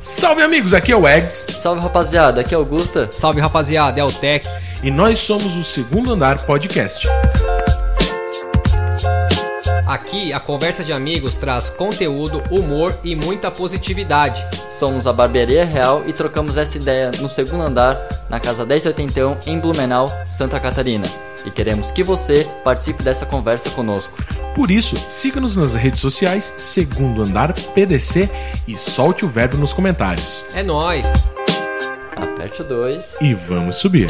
Salve amigos, aqui é o Eggs Salve rapaziada, aqui é Augusta. Salve rapaziada, é o Tech. e nós somos o Segundo Andar Podcast. Aqui a conversa de amigos traz conteúdo, humor e muita positividade. Somos a Barbearia Real e trocamos essa ideia no segundo andar, na casa 1081, em Blumenau, Santa Catarina. E queremos que você participe dessa conversa conosco. Por isso, siga-nos nas redes sociais, Segundo Andar PDC e solte o verbo nos comentários. É nóis! Aperte o 2. E vamos subir.